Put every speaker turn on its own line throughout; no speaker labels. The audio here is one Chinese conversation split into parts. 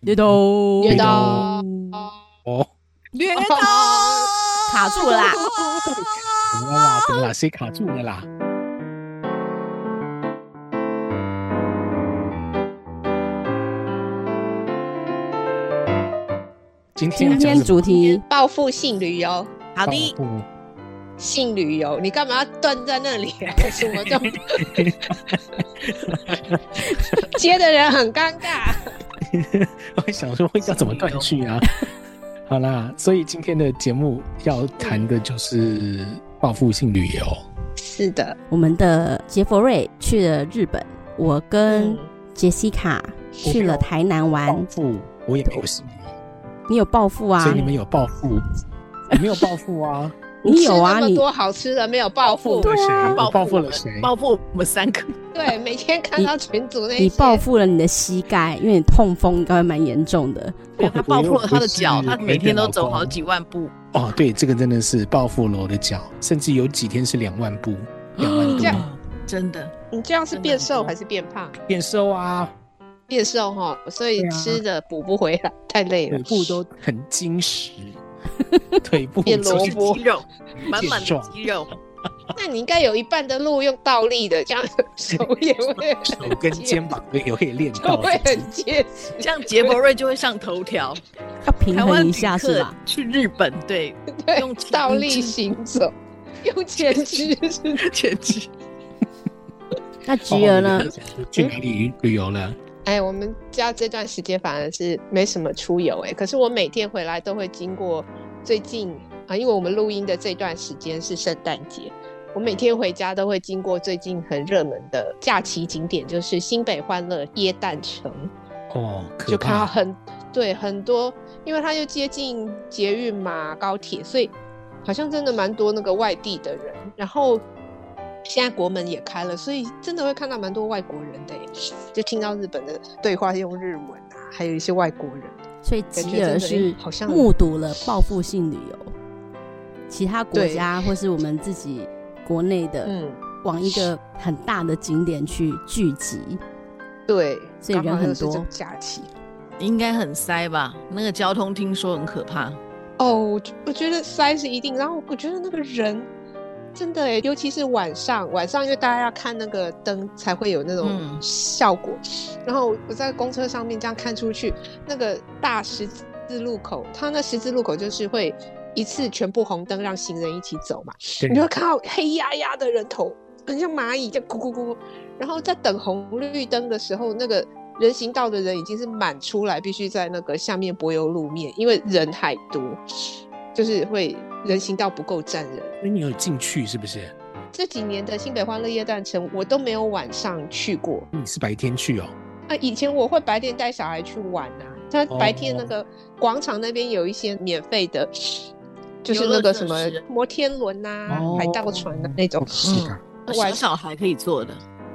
绿豆，
绿豆，
哦，
绿豆，卡住了啦！
怎么啦？怎么啦？谁卡住了啦？今天
今
要讲
天
什么
主题
报复性旅游，
好的，
报复
性旅游，你干嘛要断在那里？ 什么 都接的人很尴尬。
我还想说要怎么断句 啊？好啦，所以今天的节目要谈的就是报复性旅游。
是的，
我们的杰佛瑞去了日本，我跟
嗯，
杰西卡去了台南
报
玩。
复我也没有性
你有报复啊
所以？你们有报复，你没有报复啊？
你有啊？
吃那么
你
多好吃的没有报复，
对啊
报
我
复
报复
我
了
们
谁
报复我们三个。
对，每天看到群主那些
你报复了你的膝盖，因为你痛风应该蛮严重的。
对他报复了他的
我
脚，
又不
他
是
每天都走
没电脑
好几万步。
哦，对，这个真的是报复了我的脚，甚至有几天是两万步，两万
哦这
多
样
真的，
你这样是变瘦还是变胖？
变瘦啊，
变瘦哈，所以
对啊
吃的补不回来，太累
腿
了。
部都很结 实，腿部
变
都
萝
是
卜
肌肉，满满的肌肉，
那你应该有一半的路用倒立的， 这样 手也会
手 跟肩膀都有可以练
就
到
会很结实。
这样杰博瑞就会上头条。
要平
台
衡
湾
一
旅
下是
客
吧？
去日本，对，
对
用前
倒立
肢
行走，用前肢是
前肢。
那
哦
菊儿呢？？
去哪
嗯
里旅游了？
哎，我们家这段时间反而是没什么出游哎、可是我每天回来都会经过最近啊，因为我们录音的这段时间是圣诞节，我每天回家都会经过最近很热门的假期景点，就是新北欢乐椰蛋城，
哦，可
就看到
怕！
很对很多，因为它又接近捷运嘛、高铁，所以好像真的蛮多那个外地的人。然后现在国门也开了，所以真的会看到蛮多外国人的耶，就听到日本的对话用日文啊，还有一些外国人。
所以吉尔是
好像
目睹了报复性旅游，其他国家或是我们自己国内的，
嗯，
往一个很大的景点去聚集。
对，
所以人
刚好
很
又是这
多
个假期。
应该很塞吧？那个交通听说很可怕，
哦，我觉我觉得塞是一定，然后我觉得那个人真的哎，尤其是晚上，晚上因为大家要看那个灯才会有那种
嗯
效果。然后我在公车上面这样看出去，那个大十字路口，它那十字路口就是会一次全部红灯让行人一起走嘛，
对
你就会看到黑压压的人头，很像蚂蚁这样咕咕咕咕。然后在等红绿灯的时候，那个人行道的人已经是满出来，必须在那个下面柏油路面，因为人太多，就是会人行道不够站人。
那你有进去是不是？
这几年的新北欢乐夜诞城，我都没有晚上去过。
你是白天去哦？
啊，以前我会白天带小孩去玩啊，他白天
哦
那个广场那边有一些免费的，就是那个什么
游乐设施嗯
摩天轮呐、
哦
海盗船的那种。
是的，
晚
小小孩可以做的。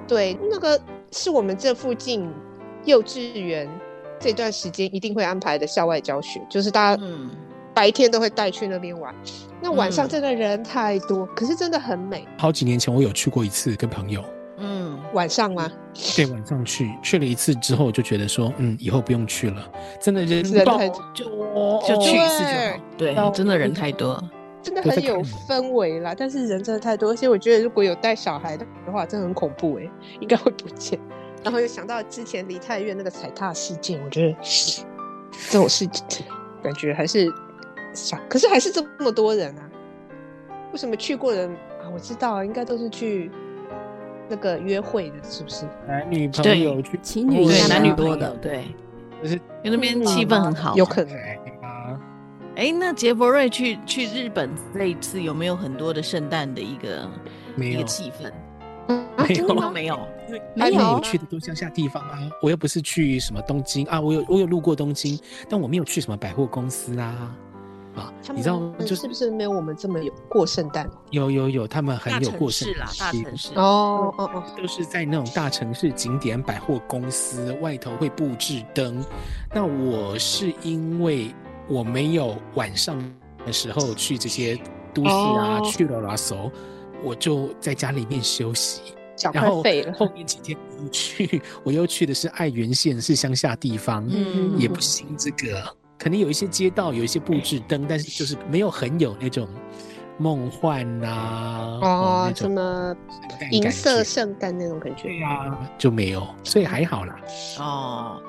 对，那个是我们这附近幼稚园这段时间一定会安排的校外教学，就是大家
嗯，
白天都会带去那边玩。那晚上
嗯
真的人太多，可是真的很美。
好几年前我有去过一次，跟朋友
嗯，
晚上吗？
对晚上去，去了一次之后就觉得说，嗯，以后不用去了，真的人
人
爆
太
就
就去一次
对
就好。对
到，
真的人太多了。
真的
都在
很有
看你
氛围啦，但是人真的太多，而且我觉得如果有带小孩的话，真的很恐怖哎、应该会不见。然后又想到之前梨泰院那个踩踏事件，我觉得这种事情感觉还是少，可是还是这么多人啊。为什么去过人啊？我知道啊，应该都是去那个约会的，是不是？
男女哎朋
对
友去
情侣应
对
该，
男
蛮
女
多
朋
的
友，对，
啊就是
因为那边气氛很好。
有可能
哎呀
哎，那杰博瑞去去日本这一次有没有很多的圣诞的一个
没
一
有
个气氛？
啊，
没
真的
有
吗？
没有，
因为
没有
因为我去的都乡下地方啊，我又不是去什么东京啊，我有我有路过东京，但我没有去什么百货公司啊，啊，
他
你知道吗
们
就是是
不是没有我们这么有过圣诞？
有有有，他们
大
很有过
城
剩
市啦，大城市。
哦哦哦，
都是在那种大城市景点、百货公司外头会布置灯。那我是因为我没有晚上的时候去这些都市啊、
哦
去了拉手，我就在家里面休息。
脚
然
快
后
废了。
后面几天一去，我又去的是爱媛县，是乡下地方，
嗯
也不行这个。可能有一些街道有一些布置灯，但是就是没有很有那种梦幻啊，
哦
那，
什
种
么
圣诞
银
感
色
觉
圣诞那种感觉。
对啊，就没有，所以还好啦。
哦，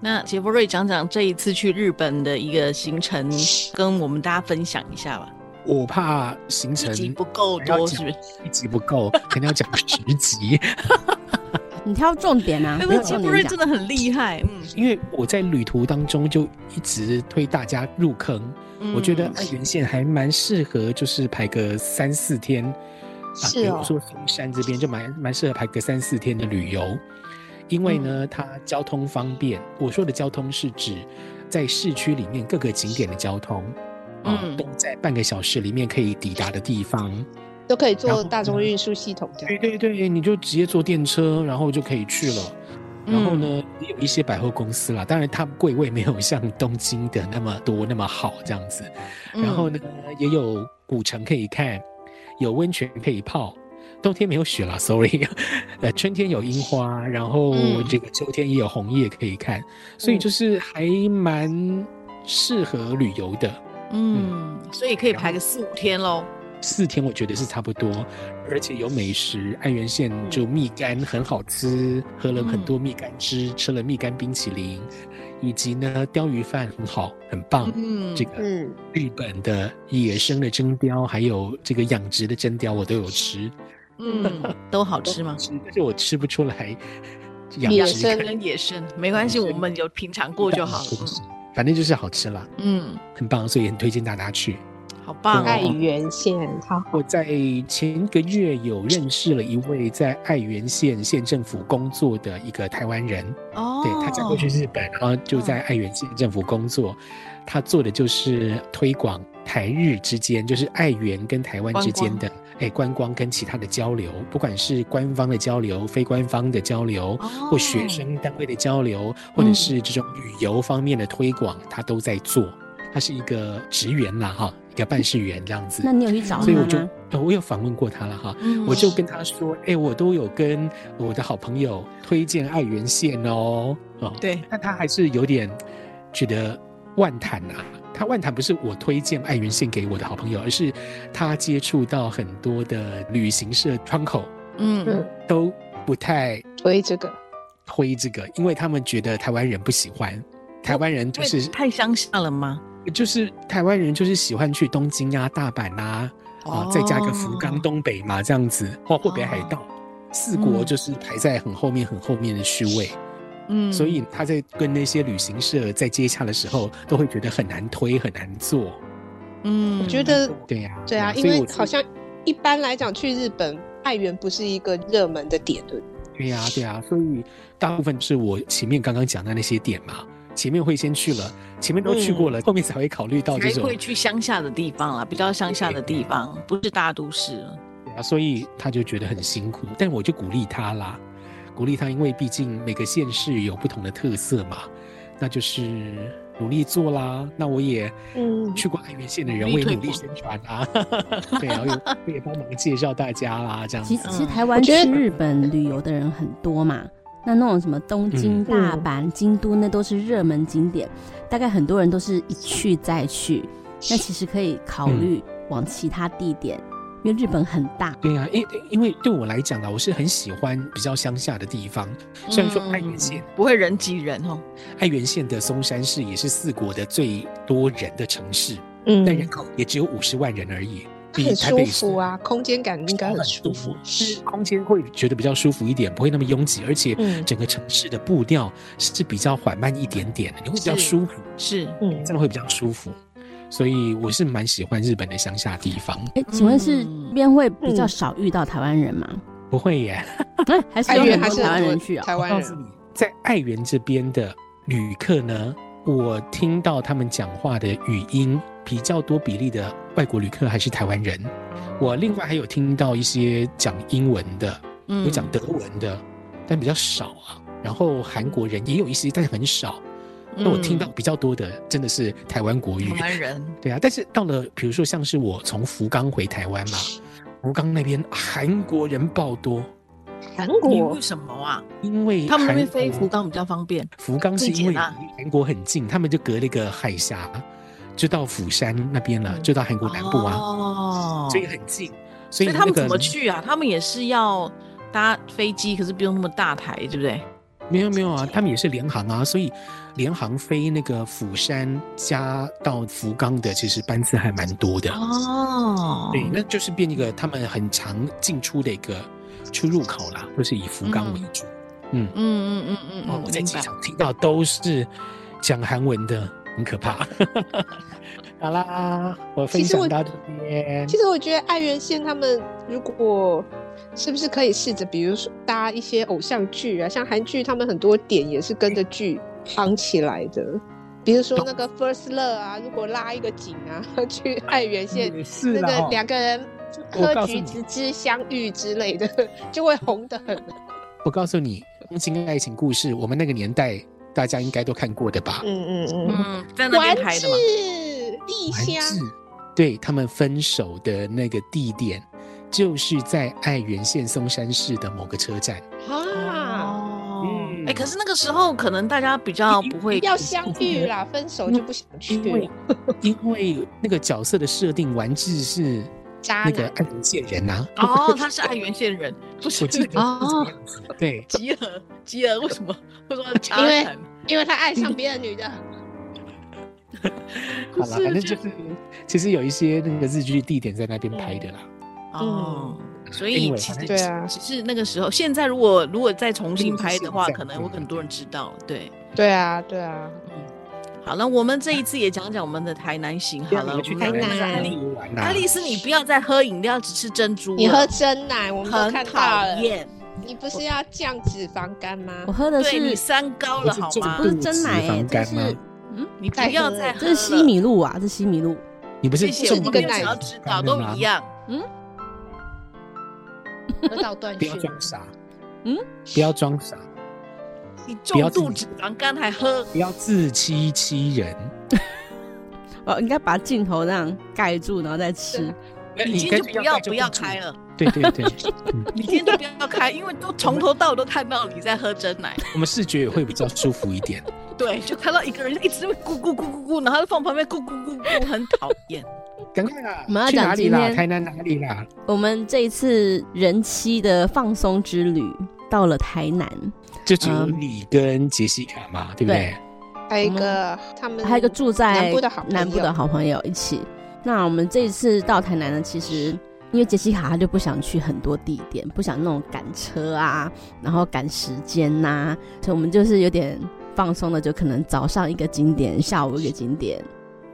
那杰弗瑞讲讲这一次去日本的一个行程，跟我们大家分享一下吧。
我怕行程
一集不够
还要
多
讲
是不是？
一集不够，肯定要讲十集，
你挑重点啊，
嗯
哎，
不
那
要
杰
重
弗瑞
点
真
讲。
的很厉害，嗯
因为我在旅途当中就一直推大家入坑，
嗯，
我觉得哎爱媛县还蛮适合，就是排个三四天，啊，
是
比
哦
如说松山这边就蛮蛮适合排个三四天的旅游，因为呢，它交通方便。我说的交通是指在市区里面各个景点的交通，啊，
嗯
都在半个小时里面可以抵达的地方。
都可以
然
做
后
大众运输系统这
对
样。
对对，你就直接坐电车，然后就可以去了。
嗯
然后呢，也有一些百货公司啦，当然它贵位没有像东京的那么多那么好这样子。
嗯，
然后呢，也有古城可以看，有温泉可以泡。冬天没有雪啦，sorry，呃， 春天有樱花，然后
嗯
这个秋天也有红叶可以看，所以就是还蛮适合旅游的。
嗯，所以可以排个四五天喽。
四天我觉得是差不多，而且有美食，爱媛县就
嗯
蜜柑很好吃，喝了很多蜜柑汁，吃了蜜柑冰淇淋，以及呢鲷鱼饭很好，很棒。
嗯，
这个
嗯，
日本的野生的真鲷，还有这个养殖的真鲷，我都有吃，
嗯，都好吃吗？
吃但是我吃不出来养
野
殖
生
感
跟野生没关系，
野生
我们有品尝过就好了。
反正就是好吃啦，
嗯，
很棒，所以很推荐大家去。
嗯好棒
爱
哦。
媛县，好，
我在前个月有认识了一位在爱媛县县政府工作的一个台湾人，
哦，
对他嫁过去日本，然后就在爱媛县政府工作，他做的就是推广台日之间，就是爱媛跟台湾之间的哎观光跟其他的交流，不管是官方的交流、非官方的交流，
哦
或学生单位的交流，或者是这种旅游方面的推广，他都在做。他是一个职员啦，哈，一个办事员这样子。
那你有去找
所以我
他
就
吗
呃我有访问过他了哈，
嗯
我就跟他说，哎、我都有跟我的好朋友推荐爱媛县哦，哦，
对，
但他还是有点觉得万谈啊。他万谈不是我推荐爱媛县给我的好朋友，而是他接触到很多的旅行社窗口
嗯
嗯，
都不太
推这个
推这个，因为他们觉得台湾人不喜欢，台湾人就
因为
是
太乡下了吗？
就是台湾人就是喜欢去东京啊、大阪啊，啊、再加个福冈、
哦
东北嘛，这样子，或或北海
哦
道，四
嗯
国就是排在很后面、很后面的序位，
嗯，
所以他在跟那些旅行社在接洽的时候，都会觉得很难推、很难做。
嗯，
我觉得
对呀、
对啊，
嗯
因
所以
为
我是
好像一般来讲去日本，爱媛不是一个热门的点，对不对
对呀、对呀、所以大部分是我前面刚刚讲的那些点嘛，前面会先去了，前面都
嗯
去过了，后面才会考虑到这
才
种
会去乡下的地方啦，比较乡下的地方，不是大都市了。
对啊，所以他就觉得很辛苦，但我就鼓励他啦，鼓励他，因为毕竟每个县市有不同的特色嘛，那就是努力做啦。那我也，
嗯
去过爱媛县的人，
努力
我也
推
努力
广
宣传啊， 对啊，我也我也帮忙介绍大家啦，这样
其
子
实，其实
嗯
台湾
我
去
觉得
日本旅游的人很多嘛，那那种什么东京、
嗯
大阪、京都，那都是热门景点，大概很多人都是一去再去。那其实可以考虑往其他地点，因为日本很大。
对啊，因因为对我来讲啦，我是很喜欢比较乡下的地方，虽然说爱媛县
嗯不会人挤人哦，
爱媛县的松山市也是四国的最多人的城市，但人
嗯，
口也只有五十万人而已，比
很
台
舒
北市
服啊，空间感应该
很
很舒服
服，，空间会觉得比较舒服一点，不会那么拥挤，而且
嗯
整个城市的步调是比较缓慢一点点的，你会比较
是
舒服，
是
嗯
真的会比较舒服。所以我是蛮喜欢日本的乡下地方，
哎，请问是
嗯
边会比较
嗯
少遇到台湾人吗？
不会耶。
哎，还是
爱
有
媛
很多
还是
台湾人
很
去
多
啊？
台湾
告诉
人，
你，在爱媛这边的旅客呢，我听到他们讲话的语音比较多比例的外国旅客还是台湾人。我另外还有听到一些讲英文的，
嗯
有讲德文的，但比较少啊。然后韩国人也有一些，但很少。那我听到比较多的真的是台湾国语
嗯台，湾人，
对啊。但是到了比如说像是我从福冈回台湾嘛，福冈那边韩国人爆多，
韩
你
国
为什么啊？
因为
他们那边
韩
飞
国
福冈比较方便。
福冈是
最
因为
简啊
离韩国很近，他们就隔了一个海峡，就到釜山那边了，就到韩国南部啊，
嗯哦，
所以很近。所
所
以
以他们
那个
怎么去啊？他们也是要搭飞机，可是不用那么大台，对不对？
没有没有啊，他们也是联航啊，所以联航飞那个釜山加到福冈的，其实班次还蛮多的。
啊
哦
对，那就是变一个他们很常进出的一个出入口啦，就是以福冈为主。嗯，
嗯嗯嗯
哦
嗯，
我
嗯，
在
明
机
白。
场听到都是讲韩文的，很可怕。 好啦，我分
其实
享
我
到这边。
其实我觉得爱媛县他们如果是不是可以试着，比如说搭一些偶像剧啊，像韩剧，他们很多点也是跟着剧夯起来的。比如说那个 First Love 啊，如果拉一个景啊，去爱媛县，
也是
那
啦
个
哦
两个人
我
喝
告诉
橘
你
子汁相遇之类的，就会红的很。
我告诉你，《东京爱情故事》，我们那个年代大家应该都看过的吧？
嗯嗯嗯，
嗯，在那
丸
边拍
子
的嘛。
嗯
丽
韩
香，
剧，对他们分手的那个地点，就是在爱媛县松山市的某个车站。
啊，
哦
嗯
哎，可是那个时候可能大家比较不会
要相遇啦，分手就不想去
因为
了。
因为那个角色的设定，丸子是
渣
那个
男
爱媛县人呐、啊。
哦，他是爱媛县人， 不是
我记得
哦，
对，
吉尔吉尔为什么 为什么要加
因为
成
因为他爱上别的女的。
好啦，
是
反正
就
就是，其实有一些那个日剧地点在那边拍的啦。
哦，
嗯
所以
Anyway，
其实
反正
对啊
只是那个时候，现在如果如果再重新拍的话，
这个是现在
可能会很多人知道。对，
对啊，对啊，
好了，我们这一次也讲讲我们的台南行嗯好了。
我去
我
台
们
台
南啊
南
爱
哪
丽
里玩啦？
爱丽丝，你不要再喝饮料，只吃珍珠了，
你喝真奶，我们都
很
看
讨
到了。
厌。
你不是要降脂肪肝吗
我？喝的
对你
是
三
啊
高了好吗
不？是真奶哎、
脂肪
这
肝吗
是嗯，
你不要再喝
这是西米露啊，这是西米露。
你不是
这些
中
我
你
们
跟
没有
奶
想要
脂
知
肪
道，
肝
都
了吗
一样。
喝到断
不要
续。
装傻，
嗯，
不要装傻，
你
不要
重
自己
度脂肪肝还喝，
不要自欺欺人。
哦，应该把镜头这样盖住，然后再吃。
那
你今
干
天
脆
就不要
戴就
不要
住
开。了，
对对对，嗯
你今天就不要开，因为都从头到尾都看到你在喝真奶。
我们视觉也会比较舒服一点。
对，就看到一个人一直在咕咕咕咕咕，然后放旁边咕咕咕咕，很讨厌。
赶快啦
我们要，
去
讲
哪里
今
啦？
天
台南哪里啦？
我们这一次人妻的放松之旅到了台南，
就只有
嗯
你跟杰西卡嘛，对不对？
还有一个他们，
还有一个住在
嗯南部的好朋友
南部的好朋友一起。那我们这一次到台南呢，其实因为杰西卡她就不想去很多地点，不想那种赶车啊，然后赶时间呐、所以我们就是有点放松的，就可能早上一个景点，下午一个景点。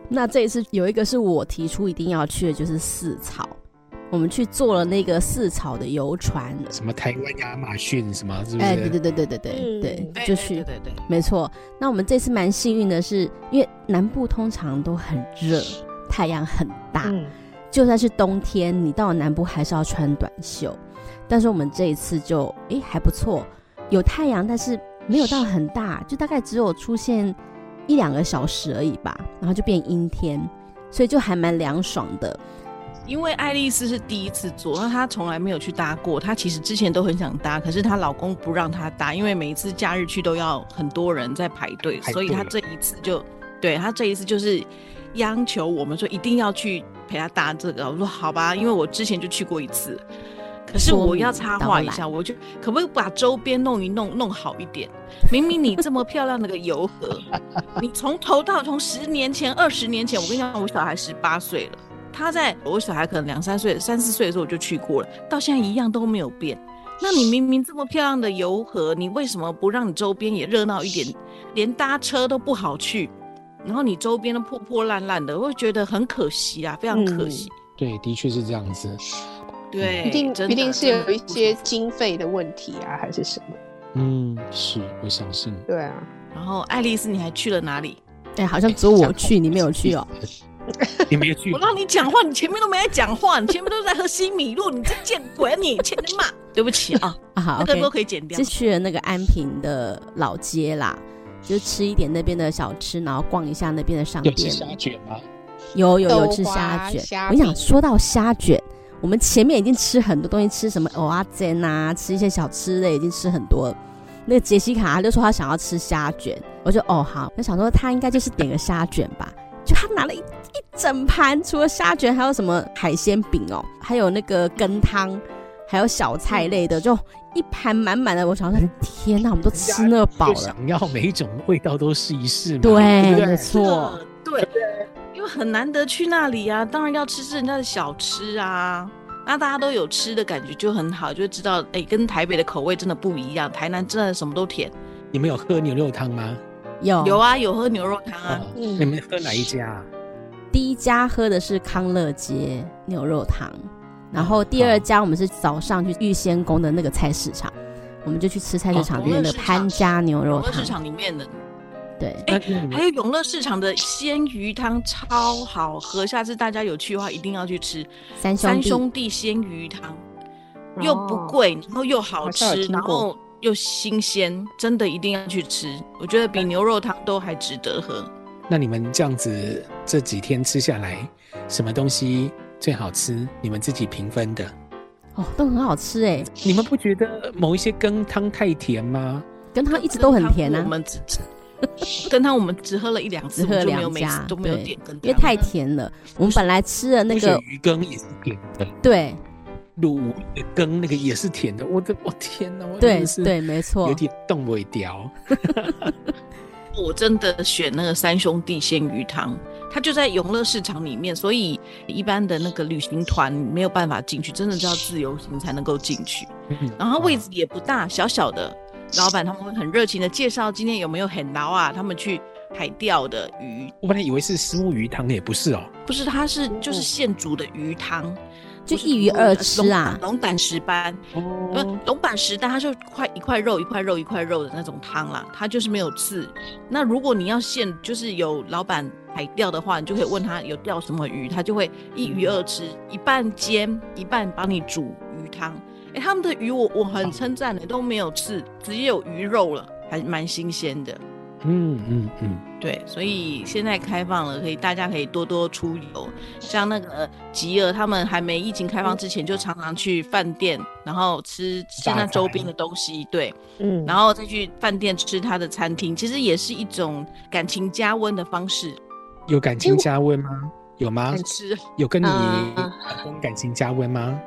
那这一次有一个是我提出一定要去的，就是四草。我们去坐了那个四草的游船，
什么台湾亚马逊什么，是不
哎，对对
是？
对对对对对，
嗯
就去
对对对对，
没错，那我们这次蛮幸运的是，因为南部通常都很热，太阳很大，
嗯，
就算是冬天，你到了南部还是要穿短袖。但是我们这一次就诶还不错，有太阳，但是没有到很大，就大概只有出现一两个小时而已吧，然后就变阴天，所以就还蛮凉爽的。
因为爱丽丝是第一次做，那她从来没有去搭过。她其实之前都很想搭，可是她老公不让她搭，因为每一次假日去都要很多人在排队，
排队
所以她这一次就，对她这一次就是央求我们说一定要去陪她搭这个。我说好吧，因为我之前就去过一次。可是我要插话一 下，我就可不可以把周边弄一弄，弄好一点？明明你这么漂亮的个游河，你从头到从十年前、二十年前，我跟你讲，我小孩十八岁了，他在我小孩可能两三岁、三四岁的时候我就去过了，到现在一样都没有变。那你明明这么漂亮的游河，你为什么不让你周边也热闹一点？连搭车都不好去，然后你周边都破破烂烂的，我会觉得很可惜啊，非常可惜。
对，的确是这样子。
对，
嗯一定
哎真的
一定是
真的
有一
不舒
些
服
经费的问题啊，还是什么？
嗯，是我相信。
对啊，
然后爱丽丝，你还去了哪里？
哎，好像只有我去，你没有去哦。。
你没有 去
我？让你讲话，你前面都没在讲话，你前面都在喝西米露，你这见鬼啊你！欠人骂，对不起啊，
啊，好
那个
，OK，
都可以剪掉
是。去了那个安平的老街啦，就吃一点那边的小吃，然后逛一下那边的商
有吃
店。啊
虾卷吗？
有有有
豆
吃
花
虾卷
虾，
我跟你讲
饼
说到虾卷，我们前面已经吃很多东西，吃什么藕啊煎啊，吃一些小吃类已经吃很多了。那个杰西卡她就说她想要吃虾卷，我就哦好，那想说她应该就是点个虾卷吧，就她拿了一一整盘，除了虾卷还有什么海鲜饼哦，还有那个羹汤，还有小菜类的，就一盘满满的。我想说，天哪，我们都吃那饱
哎就
了，
想要每一种味道都试一试嘛，
对
不，
没
对？
错，
呃对，因为很难得去那里啊，当然要吃吃人家的小吃啊。那大家都有吃的感觉就很好，就知道哎、跟台北的口味真的不一样。台南真的什么都甜，
你们有喝牛肉汤吗？
有
有啊，有喝牛肉汤啊，
哦
嗯
你们喝哪一家啊？
第一家喝的是康乐街牛肉汤，然后第二家我们是早上去玉仙宫的那个菜市场，我们就去吃菜市场里面的潘家牛肉
永乐
汤
市。场里面的，
对，
那你们
还有永乐市场的鲜鱼汤超好喝，下次大家有去的话一定要去吃
三兄
三
弟
兄弟鲜鱼汤，又不贵，然后又好
好
吃
像有，听
然
过
后又新鲜，真的一定要去吃，我觉得比牛肉汤都还值得喝。
那你们这样子这几天吃下来，什么东西最好吃？你们自己评分的。
哦，都很好吃哎，
你们不觉得某一些羹汤太甜吗？
跟汤一直都很甜
跟汤
啊
我，们只只跟汤我们只喝了一两次，
只喝
我们就
两
没有每
家
次都没有
对
点跟
因
汤，
为太甜了。我们本来吃的那
那个
个，
鱼羹也是甜的，
对
卤的羹那个也是甜的。我的我天哪，我真
对
的是
对，没错
有，点动尾调。
我真的选那个三兄弟鲜鱼汤，它就在永乐市场里面，所以一般的那个旅行团没有办法进去，真的是要自由行才能够进去。
嗯
然后
嗯
位置也不大，小小的，老板他们会很热情的介绍今天有没有很捞啊，他们去海钓的鱼，
我本来以为是石目鱼汤，也不是哦。
不是它是就是现煮的鱼汤，
就
不是
一鱼
那个
二吃啊
龙胆龙胆石斑。呃
哦，，
龙板石蛋它就块一块肉一块肉一块肉的那种汤啦，它就是没有刺。那如果你要现就是有老板海钓的话，你就可以问他有钓什么鱼，他就会一鱼二吃，一半煎一半帮你煮鱼汤。哎、他们的鱼我我很称赞的，都没有刺，直接有鱼肉了，还蛮新鲜的。
嗯嗯嗯，
对，所以现在开放了，可以大家可以多多出游。像那个吉尔他们还没疫情开放之前，就常常去饭店，然后吃吃
大
那周
餐
边的东西，对，
嗯，
然后再去饭店吃他的餐厅，其实也是一种感情加温的方式。
有感情加温吗？有吗
很？吃，
有跟你
啊
老公感情加温吗？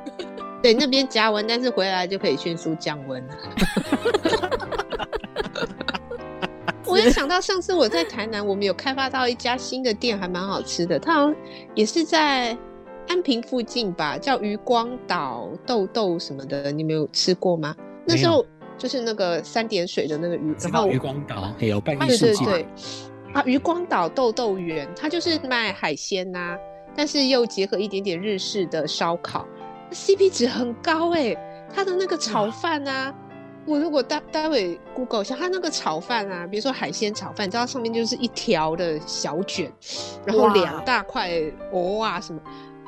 对那边加温，但是回来就可以迅速降温了。我也想到上次我在台南，我们有开发到一家新的店，还蛮好吃的。它好像也是在安平附近吧，叫渔光岛豆豆什么的，你们有吃过吗？那时候就是那个三点水的那个鱼，
知
然
道
后
渔光岛也有办艺
对
术
哦对
季，
对，啊，渔光岛豆豆园，它就是卖海鲜呐、但是又结合一点点日式的烧烤，CP 值很高哎、它的那个炒饭啊，我如果待待会 Google 一下，它那个炒饭啊，比如说海鲜炒饭，你知道上面就是一条的小卷，然后
哇
两大块哦啊什么，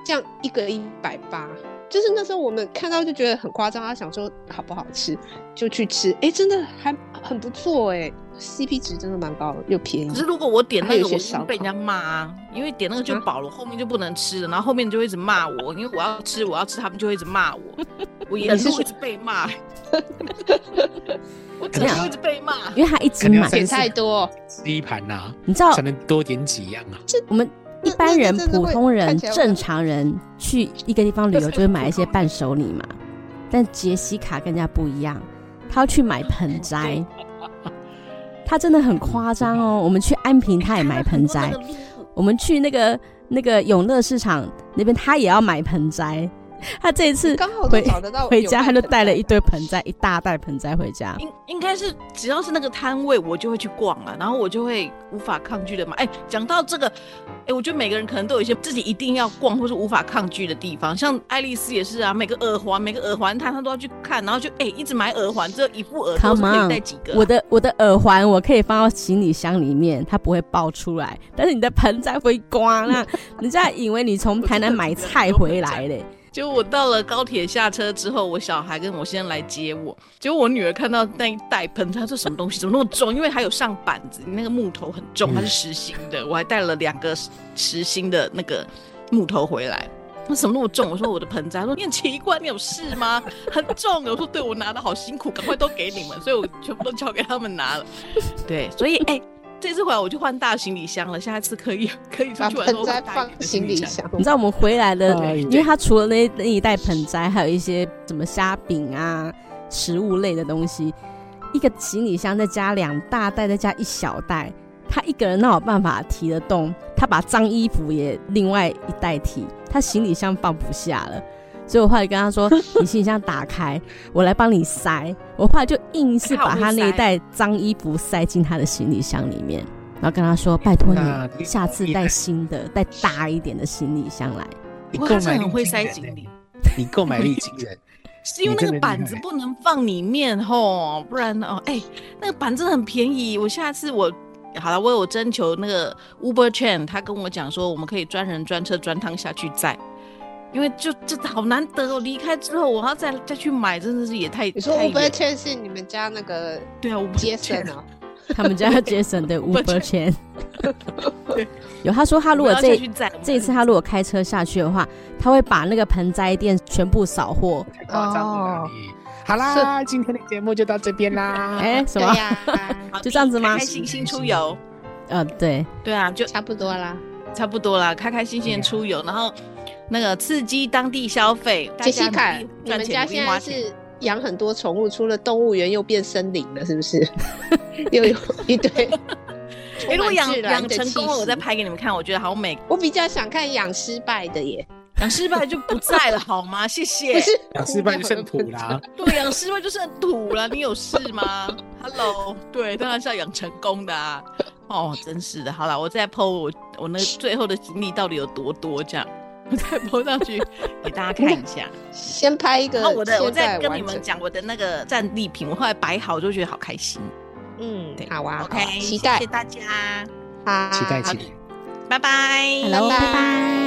这样一个一百八。就是那时候我们看到就觉得很夸张，他想说好不好吃就去吃，哎、真的还很不错哎、c p 值真的蛮高的，又便宜
可。是如果我点
还
那
有
个，
一些嗯
我一定被人家骂啊，因为点那个就饱了，后面就不能吃了，然后后面就会一直骂我，因为我要吃，我要吃，他们就会一直骂我， 我沿
你是
路
说
一直被骂， 我
可
整
能
路
要
一直被骂。
因为他一直
可能要
买，
三
点
四
太多，
吃一盘呐，
你知道
才能多点几样啊。
我们一般人、
那那那真的
普
会
通人
看、起来会
正常人去一个地方旅 游，就会买一些伴手礼嘛。但杰西卡更加不一样，她要去买盆栽，她真的很夸张哦。我们去安平，她也买盆 栽；我们去那个那个永乐市场那边，她也要买盆栽。她这一次
刚好
回
就找得到有卖的。
回家，她就带了一堆盆栽，一大袋盆栽回家。
应应该是只要是那个摊位，我就会去逛啊，然后我就会无法抗拒的嘛。哎、讲到这个，哎、我觉得每个人可能都有一些自己一定要逛或是无法抗拒的地方，像爱丽丝也是啊，每个耳环、每个耳环摊她都要去看，然后就哎、一直买耳环，只有一副耳朵是
Come
可
on，
以戴几个啊、
我的我的耳环我可以放到行李箱里面，它不会爆出来，但是你的盆栽会刮，那人家以为你从台南买菜回来嘞。
结果我到了高铁下车之后，我小孩跟我先生来接我。结果我女儿看到那一袋盆，她说什么东西怎么那么重？因为还有上板子，那个木头很
嗯
重，它是实心的。我还带了两个实心的那个木头回来。为什么那么重？我说我的盆栽，他说你很奇怪，你有事吗？很重。我说对，我拿的好辛苦，赶快都给你们，所以我全部都交给他们拿了。对，所以哎、这次回来我就换大行李箱了，下一次可以可以出
把
去玩的时候
盆栽
换大一点
放
的
行李
李。
箱，
你知道我们回来的，
哎
因为它除了那那一袋盆栽，还有一些什么虾饼啊、食物类的东西，一个行李箱再加两大袋，再加一小袋，他一个人哪有办法提得动？他把脏衣服也另外一袋提，他行李箱放不下了。所以我后来跟他说：“你行李箱打开，我来帮你塞。”我后来就硬是把他那一袋脏衣服塞进他的行李箱里面，然后跟他说：“拜托
那
你下次带新的、带大一点的行李箱来。”
你
我
购
还是
买力
很会
惊
塞
人
行
欸
李，
你购买力惊 人。
是因
你
为那
真的
个
厉
板子
害
不能放里面吼，不然哦，哎、那个板真的很便宜。我下次我好了，我有征求那个 Uber Chain，他跟我讲说我们可以专人专车专趟下去载，因为就这好难得哦，离开之后我要再再去买，真的是也太
你说
太
Uber
远
Chain 是你们家那个
对啊 ，Uber
杰森
Chain
啊？
他们家 Jason 的
Uber
Uber 钱。有他说他如果
我们要下
这
去载
这一次他如果开车下去的话，他会把那个盆栽店全部扫货。
太夸张了啦
哦
你。好啦，今天的节目就到这边啦。
啊
哎、什
对
么？
呀，
好
就这样子吗
开开心心出游，
呃，对，
对啊，就
差不多啦。
差不多啦，开开心心
对啊
的出游，然后那个刺激当地消费，
嗯
大
杰西
家
卡，
努力
你
赚
们
钱
家
努力
现
花
在
钱。。
是养很多宠物，除了动物园又变森林了，是不是？ 又有一堆
哎、如果养
充满自然
养
的
成功了，
气息
我再。拍给你们看，我觉得好美。
我比较想看养失败的耶，
养失败就不在了，好吗？谢谢。
不是
两失败就剩土 啦，
对，养失败就是很土了，你有事吗？Hello，对，当然是要养成功的啊。哦，真是的。好了，我再 PO 我我那最后的行李到底有多多这样，我再 PO 上去给大家看一下。
先拍一个
然后我的我
现在
再
完整。
跟你们讲我的那个战利品，我后来摆好就觉得好开心。
嗯
对，
好啊
OK，
好啊期待
谢谢，大家，
好
期待
好
期待。
拜拜。
Hello，拜拜。